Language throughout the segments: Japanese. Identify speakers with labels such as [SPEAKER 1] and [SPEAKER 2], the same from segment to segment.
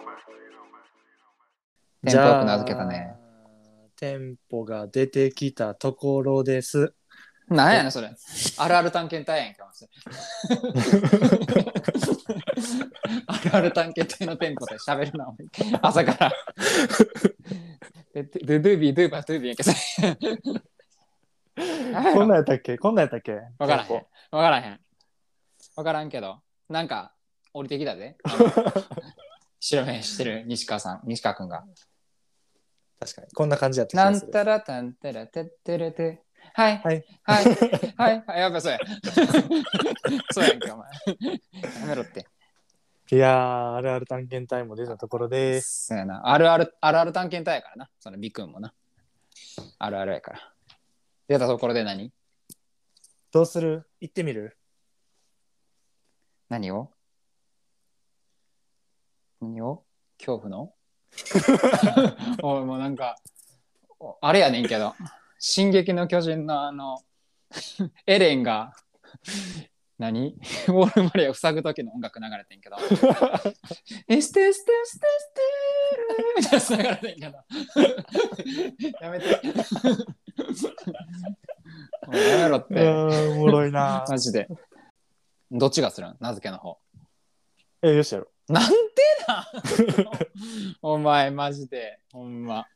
[SPEAKER 1] テンポよく名付けたね。
[SPEAKER 2] テンポが出てきたところです。
[SPEAKER 1] なんやねんそれ。あるある探検隊やんけ、お前それあるある探検隊のテンポで喋るな、お前朝から。でドゥドゥビー、ドゥーバー、ドゥービーやんけ、それ。
[SPEAKER 2] こんなんやったっけこんなんやったっけ
[SPEAKER 1] わからへん
[SPEAKER 2] テンポ。
[SPEAKER 1] わからへん。わからんけど、なんか降りてきたで。あの白目してる西川さん、西川くんが。
[SPEAKER 2] 確かに。こんな感じやった気
[SPEAKER 1] な
[SPEAKER 2] が
[SPEAKER 1] ん
[SPEAKER 2] する
[SPEAKER 1] たらたんたらてってれて。はい。
[SPEAKER 2] はい。
[SPEAKER 1] はい。はい。あやっぱそうや。 そうやんけ、お前。やめろって。
[SPEAKER 2] いやー、あるある探検隊も出たところです。
[SPEAKER 1] そうやな。あるある、あるある探検隊やからな。そのビくんもな。あるあるやから。出たところで何
[SPEAKER 2] どうする行ってみる
[SPEAKER 1] 何を何を恐怖の おいもうなんかおあれやねんけど「進撃の巨人」のあのエレンが何ウォールマリアを塞ぐ時の音楽流れてんけど「エステエステエステエステ」みたいなやつ流れてんけどやめて おいやめろっ
[SPEAKER 2] う
[SPEAKER 1] て
[SPEAKER 2] ーん、おもろい な
[SPEAKER 1] マジでどっちがするん名付けの方
[SPEAKER 2] え、よしやろ。
[SPEAKER 1] なんでなんお前マジでほんま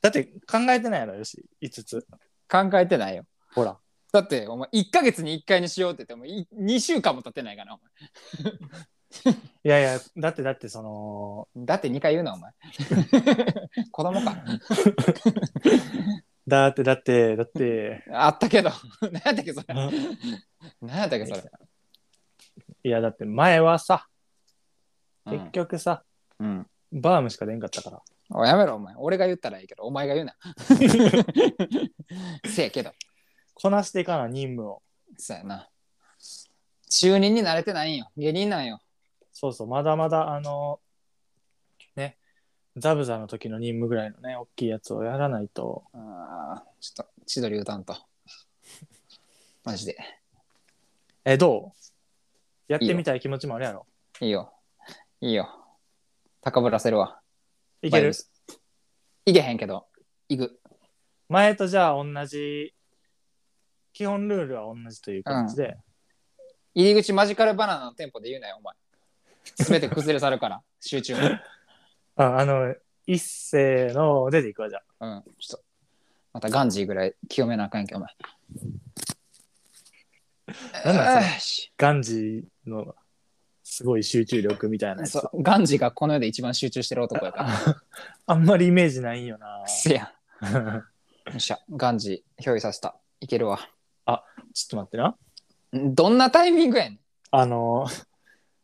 [SPEAKER 2] だって考えてないやろ、よし。5つ。
[SPEAKER 1] 考えてないよ
[SPEAKER 2] ほら。
[SPEAKER 1] だってお前1ヶ月に1回にしようって言ってもい2週間も経ってないからなお
[SPEAKER 2] いやいや、だってだってその、
[SPEAKER 1] 前だって2回言うなお前 子供か
[SPEAKER 2] だってだって、だって、
[SPEAKER 1] あったけど 何やったっけそれ
[SPEAKER 2] あ
[SPEAKER 1] 何やったっけそれ、
[SPEAKER 2] いやだって前はさ、
[SPEAKER 1] う
[SPEAKER 2] 結
[SPEAKER 1] ん
[SPEAKER 2] 局さ、
[SPEAKER 1] うん
[SPEAKER 2] バームしか出んかったから。
[SPEAKER 1] おいやめろお前俺が言ったらいいけどお前が言うな せやけど
[SPEAKER 2] こなしていかな、任務を。
[SPEAKER 1] そうやな中人に慣れてないんよ下人なんよ
[SPEAKER 2] そうそう、まだまだ、あの、ね、ザブザの時の任務ぐらいのね、大きいやつをやらないと。
[SPEAKER 1] あーちょっと千鳥歌うんとマジで
[SPEAKER 2] え、どうやってみたい気持ちもあるやろ。
[SPEAKER 1] いいよ。いいよ。高ぶらせるわ。
[SPEAKER 2] いけ
[SPEAKER 1] バイ
[SPEAKER 2] る
[SPEAKER 1] ブスいけへんけど、いく。
[SPEAKER 2] 前とじゃあ同じ、基本ルールは同じという感じで、
[SPEAKER 1] 入り口マジカルバナナのテンポで言うなよ、お前。すべて崩れ去るから、 集中も。
[SPEAKER 2] ああの、一世の出ていくわ、じゃあ。
[SPEAKER 1] うん、ちょっと。またガンジーぐらい清めなあかんやけど、お前。
[SPEAKER 2] なんなんそれ
[SPEAKER 1] よし
[SPEAKER 2] ガンジーのすごい集中力みたいなやつ。
[SPEAKER 1] そうガンジーがこの世で一番集中してる男 やから。
[SPEAKER 2] あ あんまりイメージないんよ
[SPEAKER 1] くせや。
[SPEAKER 2] な。
[SPEAKER 1] よっしゃ、ガンジー、憑依させた。いけるわ。
[SPEAKER 2] ちょっと待ってな。
[SPEAKER 1] んどんなタイミングやねん。
[SPEAKER 2] あのー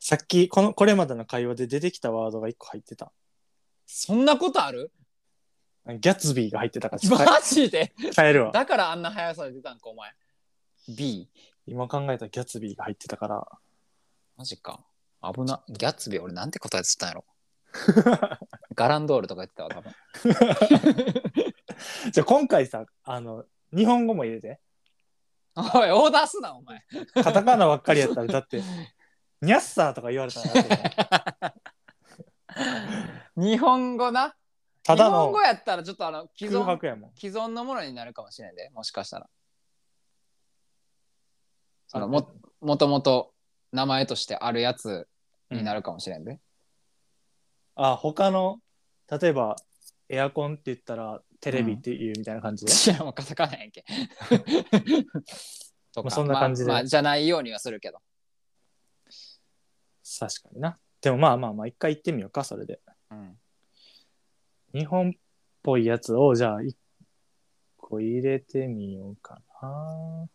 [SPEAKER 2] さっきこの、これまでの会話で出てきたワードが1個入ってた。
[SPEAKER 1] そんなことある
[SPEAKER 2] ギャツビーが入ってたから、ちょっと
[SPEAKER 1] マジで
[SPEAKER 2] 変えるわ。
[SPEAKER 1] だからあんな速さで出たんか、お前。B。
[SPEAKER 2] 今考えたギャツビーが入ってたから。
[SPEAKER 1] マジか。危な。ギャッツビー、俺なんて答えつった んやろ。ガランドールとか言ってたわ、多分。
[SPEAKER 2] じゃあ今回さ、あの、日本語も入れて。
[SPEAKER 1] おい、オーダーすな、お前。
[SPEAKER 2] カタカナばっかりやったら、だって、ニャッサーとか言われたらなって思う、
[SPEAKER 1] 日本語な。
[SPEAKER 2] ただ
[SPEAKER 1] 日本
[SPEAKER 2] の
[SPEAKER 1] 語やったら、ちょっとあの、既
[SPEAKER 2] 空
[SPEAKER 1] 存
[SPEAKER 2] 白やもん。
[SPEAKER 1] 既存のものになるかもしれんで、もしかしたら。その
[SPEAKER 2] そうね
[SPEAKER 1] ももともと名前としてあるやつにな
[SPEAKER 2] る。
[SPEAKER 1] るかもしれんで。
[SPEAKER 2] あ、他の、例えば、エアコンって言ったら、テレビっていうみたいな感じで。
[SPEAKER 1] 知らん、もうカタカナやんけ。
[SPEAKER 2] まあ
[SPEAKER 1] とか、
[SPEAKER 2] そんな感じで
[SPEAKER 1] まあまあじゃないようにはするけど。
[SPEAKER 2] 確かにな。でもまあまあまあ、一回行ってみようか、それで。
[SPEAKER 1] うん。
[SPEAKER 2] 日本っぽいやつを、じゃあ、一個入れてみようかな。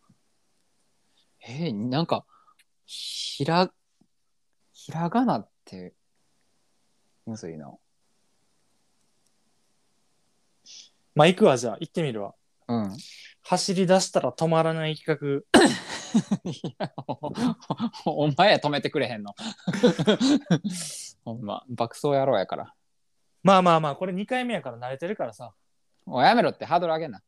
[SPEAKER 1] えー、なんか、ひら、ひらがなって、むずいな。
[SPEAKER 2] まあ、行くわ、じゃあ、行ってみるわ。
[SPEAKER 1] うん。
[SPEAKER 2] 走り出したら止まらない企
[SPEAKER 1] いやおおお 前や止めてくれへんの。 ほんま、爆走野郎やから。
[SPEAKER 2] 画。 まあまあまあ、これ2回目やから慣れてるからさ。
[SPEAKER 1] おいやめろってハードル上げんな。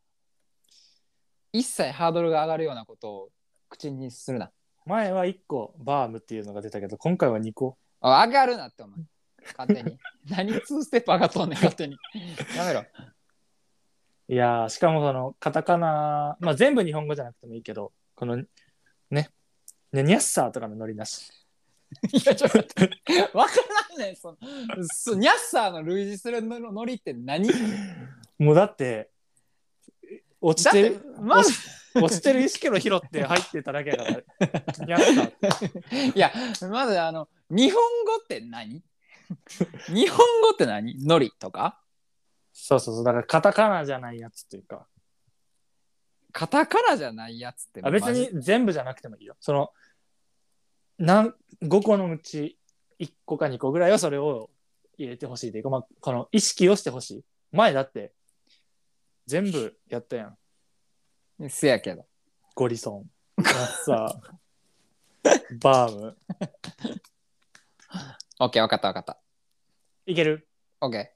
[SPEAKER 1] 一切ハードルが上がるようなことを口にするな。
[SPEAKER 2] 前は1個バームっていうのが出たけど今回は2個
[SPEAKER 1] お上がるなって、お前。勝手に。何2ステップ上がっとんねん、勝手に。やめろ。
[SPEAKER 2] いやーしかもそのカタカナ、まあ、全部日本語じゃなくてもいいけどこのねねニャッサーとかのノリなし
[SPEAKER 1] いや、ちょっと待って。 わからんねん、その。そニャッサーの類似するのノリって何
[SPEAKER 2] もうだって落ち
[SPEAKER 1] だってて
[SPEAKER 2] る、
[SPEAKER 1] まず、
[SPEAKER 2] 落ちてる1キロ拾って入ってただけやからニャッサー
[SPEAKER 1] いや、まず、あの、日本語って何日本語って何ノリとか
[SPEAKER 2] そうそうそうだからカタカナじゃないやつというか
[SPEAKER 1] カタカナじゃないやつって。
[SPEAKER 2] あ別に全部じゃなくてもいいよそのなん5個のうち1個か2個ぐらいはそれを入れてほしいというか、まあ、この意識をしてほしい前だって全部やったやん
[SPEAKER 1] マジ。せやけど。
[SPEAKER 2] ゴリソンさ バーム
[SPEAKER 1] オッケー、わかったわかった。
[SPEAKER 2] いける
[SPEAKER 1] オッケ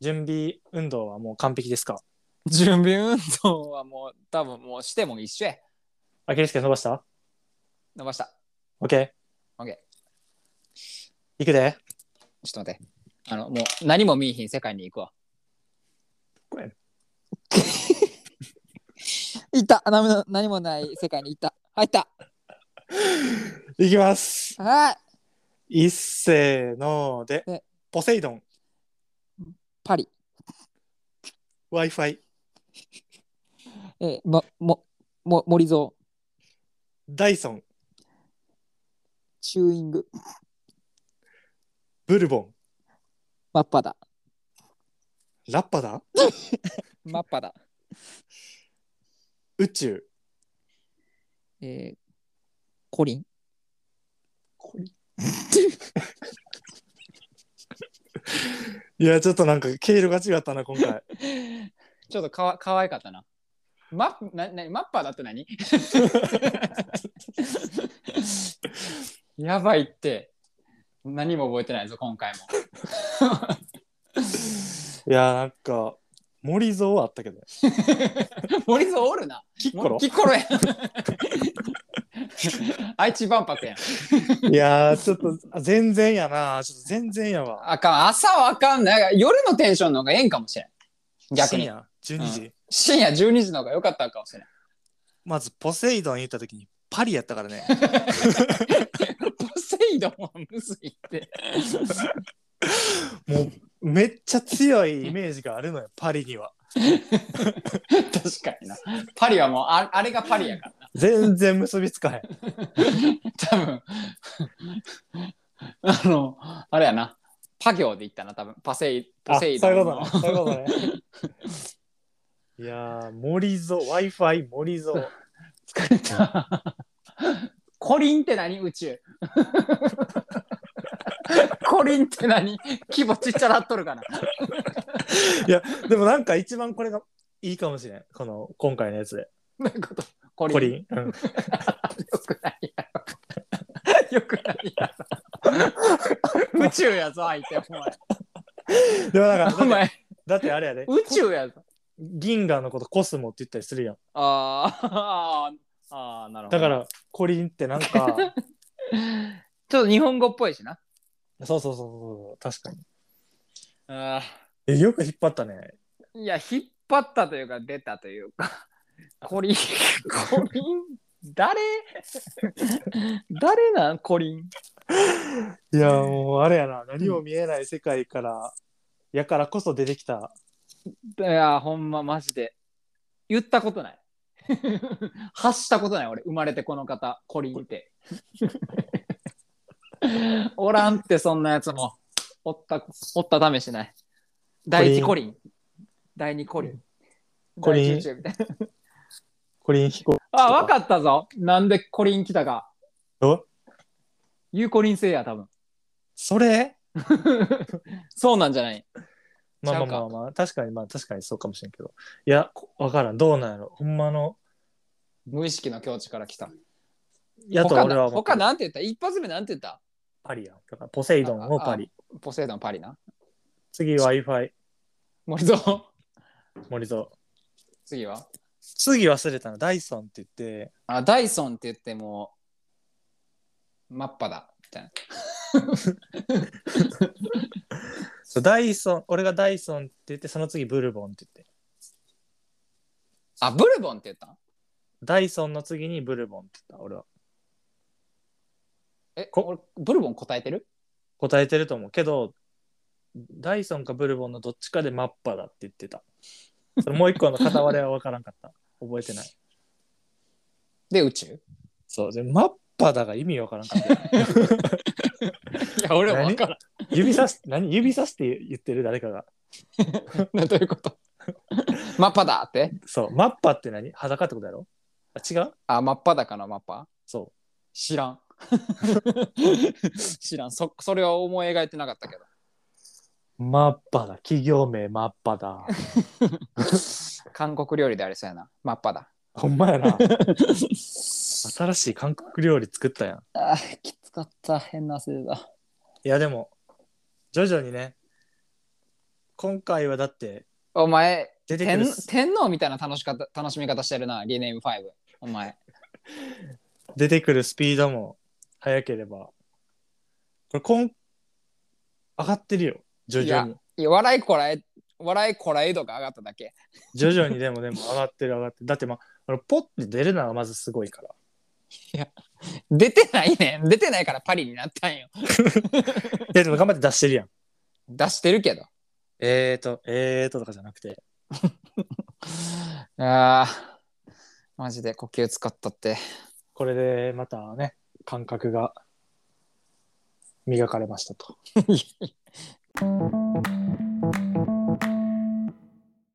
[SPEAKER 2] 準備運動はもう完璧ですか
[SPEAKER 1] ー。準備運動はもう、多分もうしても一緒や。
[SPEAKER 2] あけるすけ伸ばした
[SPEAKER 1] 伸ばした。
[SPEAKER 2] ?OK
[SPEAKER 1] オッケ
[SPEAKER 2] いくで
[SPEAKER 1] ー。ちょっと待って。あの、もう何も見えひん世界に行くわ。
[SPEAKER 2] これ
[SPEAKER 1] 行った何も何もない世界に行った。入った
[SPEAKER 2] いきます
[SPEAKER 1] はい
[SPEAKER 2] いっせーので
[SPEAKER 1] で
[SPEAKER 2] ポセイドン
[SPEAKER 1] パリ。
[SPEAKER 2] Wi-Fi
[SPEAKER 1] えー、も、も、も、森蔵。
[SPEAKER 2] ダイソン
[SPEAKER 1] チューイング。
[SPEAKER 2] ブルボン
[SPEAKER 1] マッ パだ。
[SPEAKER 2] ラッパだ
[SPEAKER 1] マッパだ。
[SPEAKER 2] 宇宙
[SPEAKER 1] えー、コリン。
[SPEAKER 2] いやちょっとなんか経路が違ったな今 回
[SPEAKER 1] ちょっとかわかわいかったな。マッななマッパーだって何 やばいって何も覚えてないぞ今回も。
[SPEAKER 2] いやなんか森蔵はあったけどね
[SPEAKER 1] 森蔵おるな。
[SPEAKER 2] キッコ
[SPEAKER 1] も
[SPEAKER 2] ロ
[SPEAKER 1] うキッコロやん。愛知万博やん。
[SPEAKER 2] いやーちょっとあ全然やなちょっと全然やわ
[SPEAKER 1] あかん朝はあかんない。夜のテンションの方がええんかもしれん。逆
[SPEAKER 2] 深
[SPEAKER 1] に
[SPEAKER 2] 夜12時、
[SPEAKER 1] 深夜12時の方が良かったかもしれん。
[SPEAKER 2] まずポセイドン言った時にパリやったから ね
[SPEAKER 1] ポセイドンはむずいって。
[SPEAKER 2] もうめっちゃ強いイメージがあるのよパリには
[SPEAKER 1] 確かにな。パリはもうああれがパリやからな。
[SPEAKER 2] 全然結びつかへん
[SPEAKER 1] 多分あの、あれやな。パ行で行ったな、多分パセイ、パ
[SPEAKER 2] あ
[SPEAKER 1] セイ
[SPEAKER 2] そういう
[SPEAKER 1] ドン
[SPEAKER 2] ことねそ
[SPEAKER 1] の
[SPEAKER 2] ういうことね いやー森蔵 w i f i 森蔵
[SPEAKER 1] 疲れた。コリンって何宇宙。コリンって何規模ちっちゃなっとるかな。
[SPEAKER 2] でもなんか一番これがいいかもしれんこの今回のやつで
[SPEAKER 1] どういうことコリン。
[SPEAKER 2] コリン、うん
[SPEAKER 1] よくないやろ。よくないやろ。宇宙やぞ、相手、お前。
[SPEAKER 2] でもなんか
[SPEAKER 1] お前、
[SPEAKER 2] だってあれやで
[SPEAKER 1] 宇宙やぞ。
[SPEAKER 2] 銀河のことコスモって言ったりするやん
[SPEAKER 1] あーあー、なるほど。
[SPEAKER 2] だか、らコリンってなんか
[SPEAKER 1] ちょっと日本語っぽいしな。
[SPEAKER 2] そうそうそうそう確かに
[SPEAKER 1] あ
[SPEAKER 2] えよく引っ張ったね
[SPEAKER 1] ーいや、引っ張ったというか、出たとい うか、コリン、コリン、誰 誰なん、コリン。
[SPEAKER 2] いやもうあれやな何も見えない世界から、やからこそ出てきた
[SPEAKER 1] いや、ほんま、マジで。言ったことない。 発したことない、俺、生まれてこの方、コリンって。 おらんって、そんなやつも。おった、おったためしない。第一コ
[SPEAKER 2] コ
[SPEAKER 1] リン。第二コリン。
[SPEAKER 2] コリン
[SPEAKER 1] 第一宇宙みたいな
[SPEAKER 2] コリン飛行
[SPEAKER 1] あ、わかったぞ。なんでコリン来たか。
[SPEAKER 2] お
[SPEAKER 1] 有効輪性や、多分。
[SPEAKER 2] それ
[SPEAKER 1] そうなんじゃない
[SPEAKER 2] まあまあまあまあ確かにまあ確かにそうかもしれんけどいやこわからんどうなんやろほんまの
[SPEAKER 1] 無意識の境地から来た。
[SPEAKER 2] やと
[SPEAKER 1] 他
[SPEAKER 2] 俺は
[SPEAKER 1] な
[SPEAKER 2] 思う
[SPEAKER 1] 他なんて言った一発目なんて言った
[SPEAKER 2] パリやんだからポセイドンをパリ
[SPEAKER 1] ポセイドンパリな。
[SPEAKER 2] 次 w i f i
[SPEAKER 1] 森蔵。
[SPEAKER 2] 森蔵
[SPEAKER 1] 次は
[SPEAKER 2] 次忘れたの、ダイソンって言って、
[SPEAKER 1] あ、ダイソンって言っても、マッパだ。みたいな。
[SPEAKER 2] そうダイソン、俺がダイソンって言って、その次ブルボンって言って、
[SPEAKER 1] あ、ブルボンって言ったん
[SPEAKER 2] ダイソンの次にブルボンって言った、俺は。
[SPEAKER 1] え、こ俺、ブルボン答えてる
[SPEAKER 2] 答えてると思うけど、ダイソンかブルボンのどっちかでマッパだって言ってた。それもう一個の片割れは分からんかった。覚えてない。
[SPEAKER 1] で、宇宙
[SPEAKER 2] そう、でマッパだが意味分からんかった。
[SPEAKER 1] いや、俺
[SPEAKER 2] もわ
[SPEAKER 1] 分
[SPEAKER 2] か
[SPEAKER 1] から
[SPEAKER 2] 指さす、何指さすって言ってる誰かが。
[SPEAKER 1] ん。 どういうことマッパだって
[SPEAKER 2] そう、マッパって何裸ってことやろあ違う
[SPEAKER 1] あ、マッパだかな、マッパ
[SPEAKER 2] そ
[SPEAKER 1] 知らん。 知らんそ。それは思い描いてなかったけど。
[SPEAKER 2] う。マッパだ。企業名マッパだ。
[SPEAKER 1] 韓国料理でありそうやな。マッパだ。
[SPEAKER 2] ほんまやな。新しい韓国料理作ったやん。
[SPEAKER 1] あーきつかった。変なせいだ。
[SPEAKER 2] いやでも、徐々にね、今回はだって
[SPEAKER 1] お前、
[SPEAKER 2] 出てくる
[SPEAKER 1] 天、天皇みたいな楽しかった楽しみ方してるな、リネーム5。お前。
[SPEAKER 2] 出てくるスピードも速ければ、これこん、上がってるよ。徐々に。
[SPEAKER 1] いや笑いこらえ、笑いこらえ度が上がっただけ。
[SPEAKER 2] 徐々にでもでも上がってる上がってる。だってまあ、このポッて出るのがまずすごいから。
[SPEAKER 1] 出てないねん。出てないからパリになったんよ。
[SPEAKER 2] いやでも頑張って出してるやん。
[SPEAKER 1] 出してるけど。
[SPEAKER 2] えーと、えーととかじゃなくて。
[SPEAKER 1] ああ、マジで呼吸使ったって。
[SPEAKER 2] これでまたね、感覚が磨かれましたと。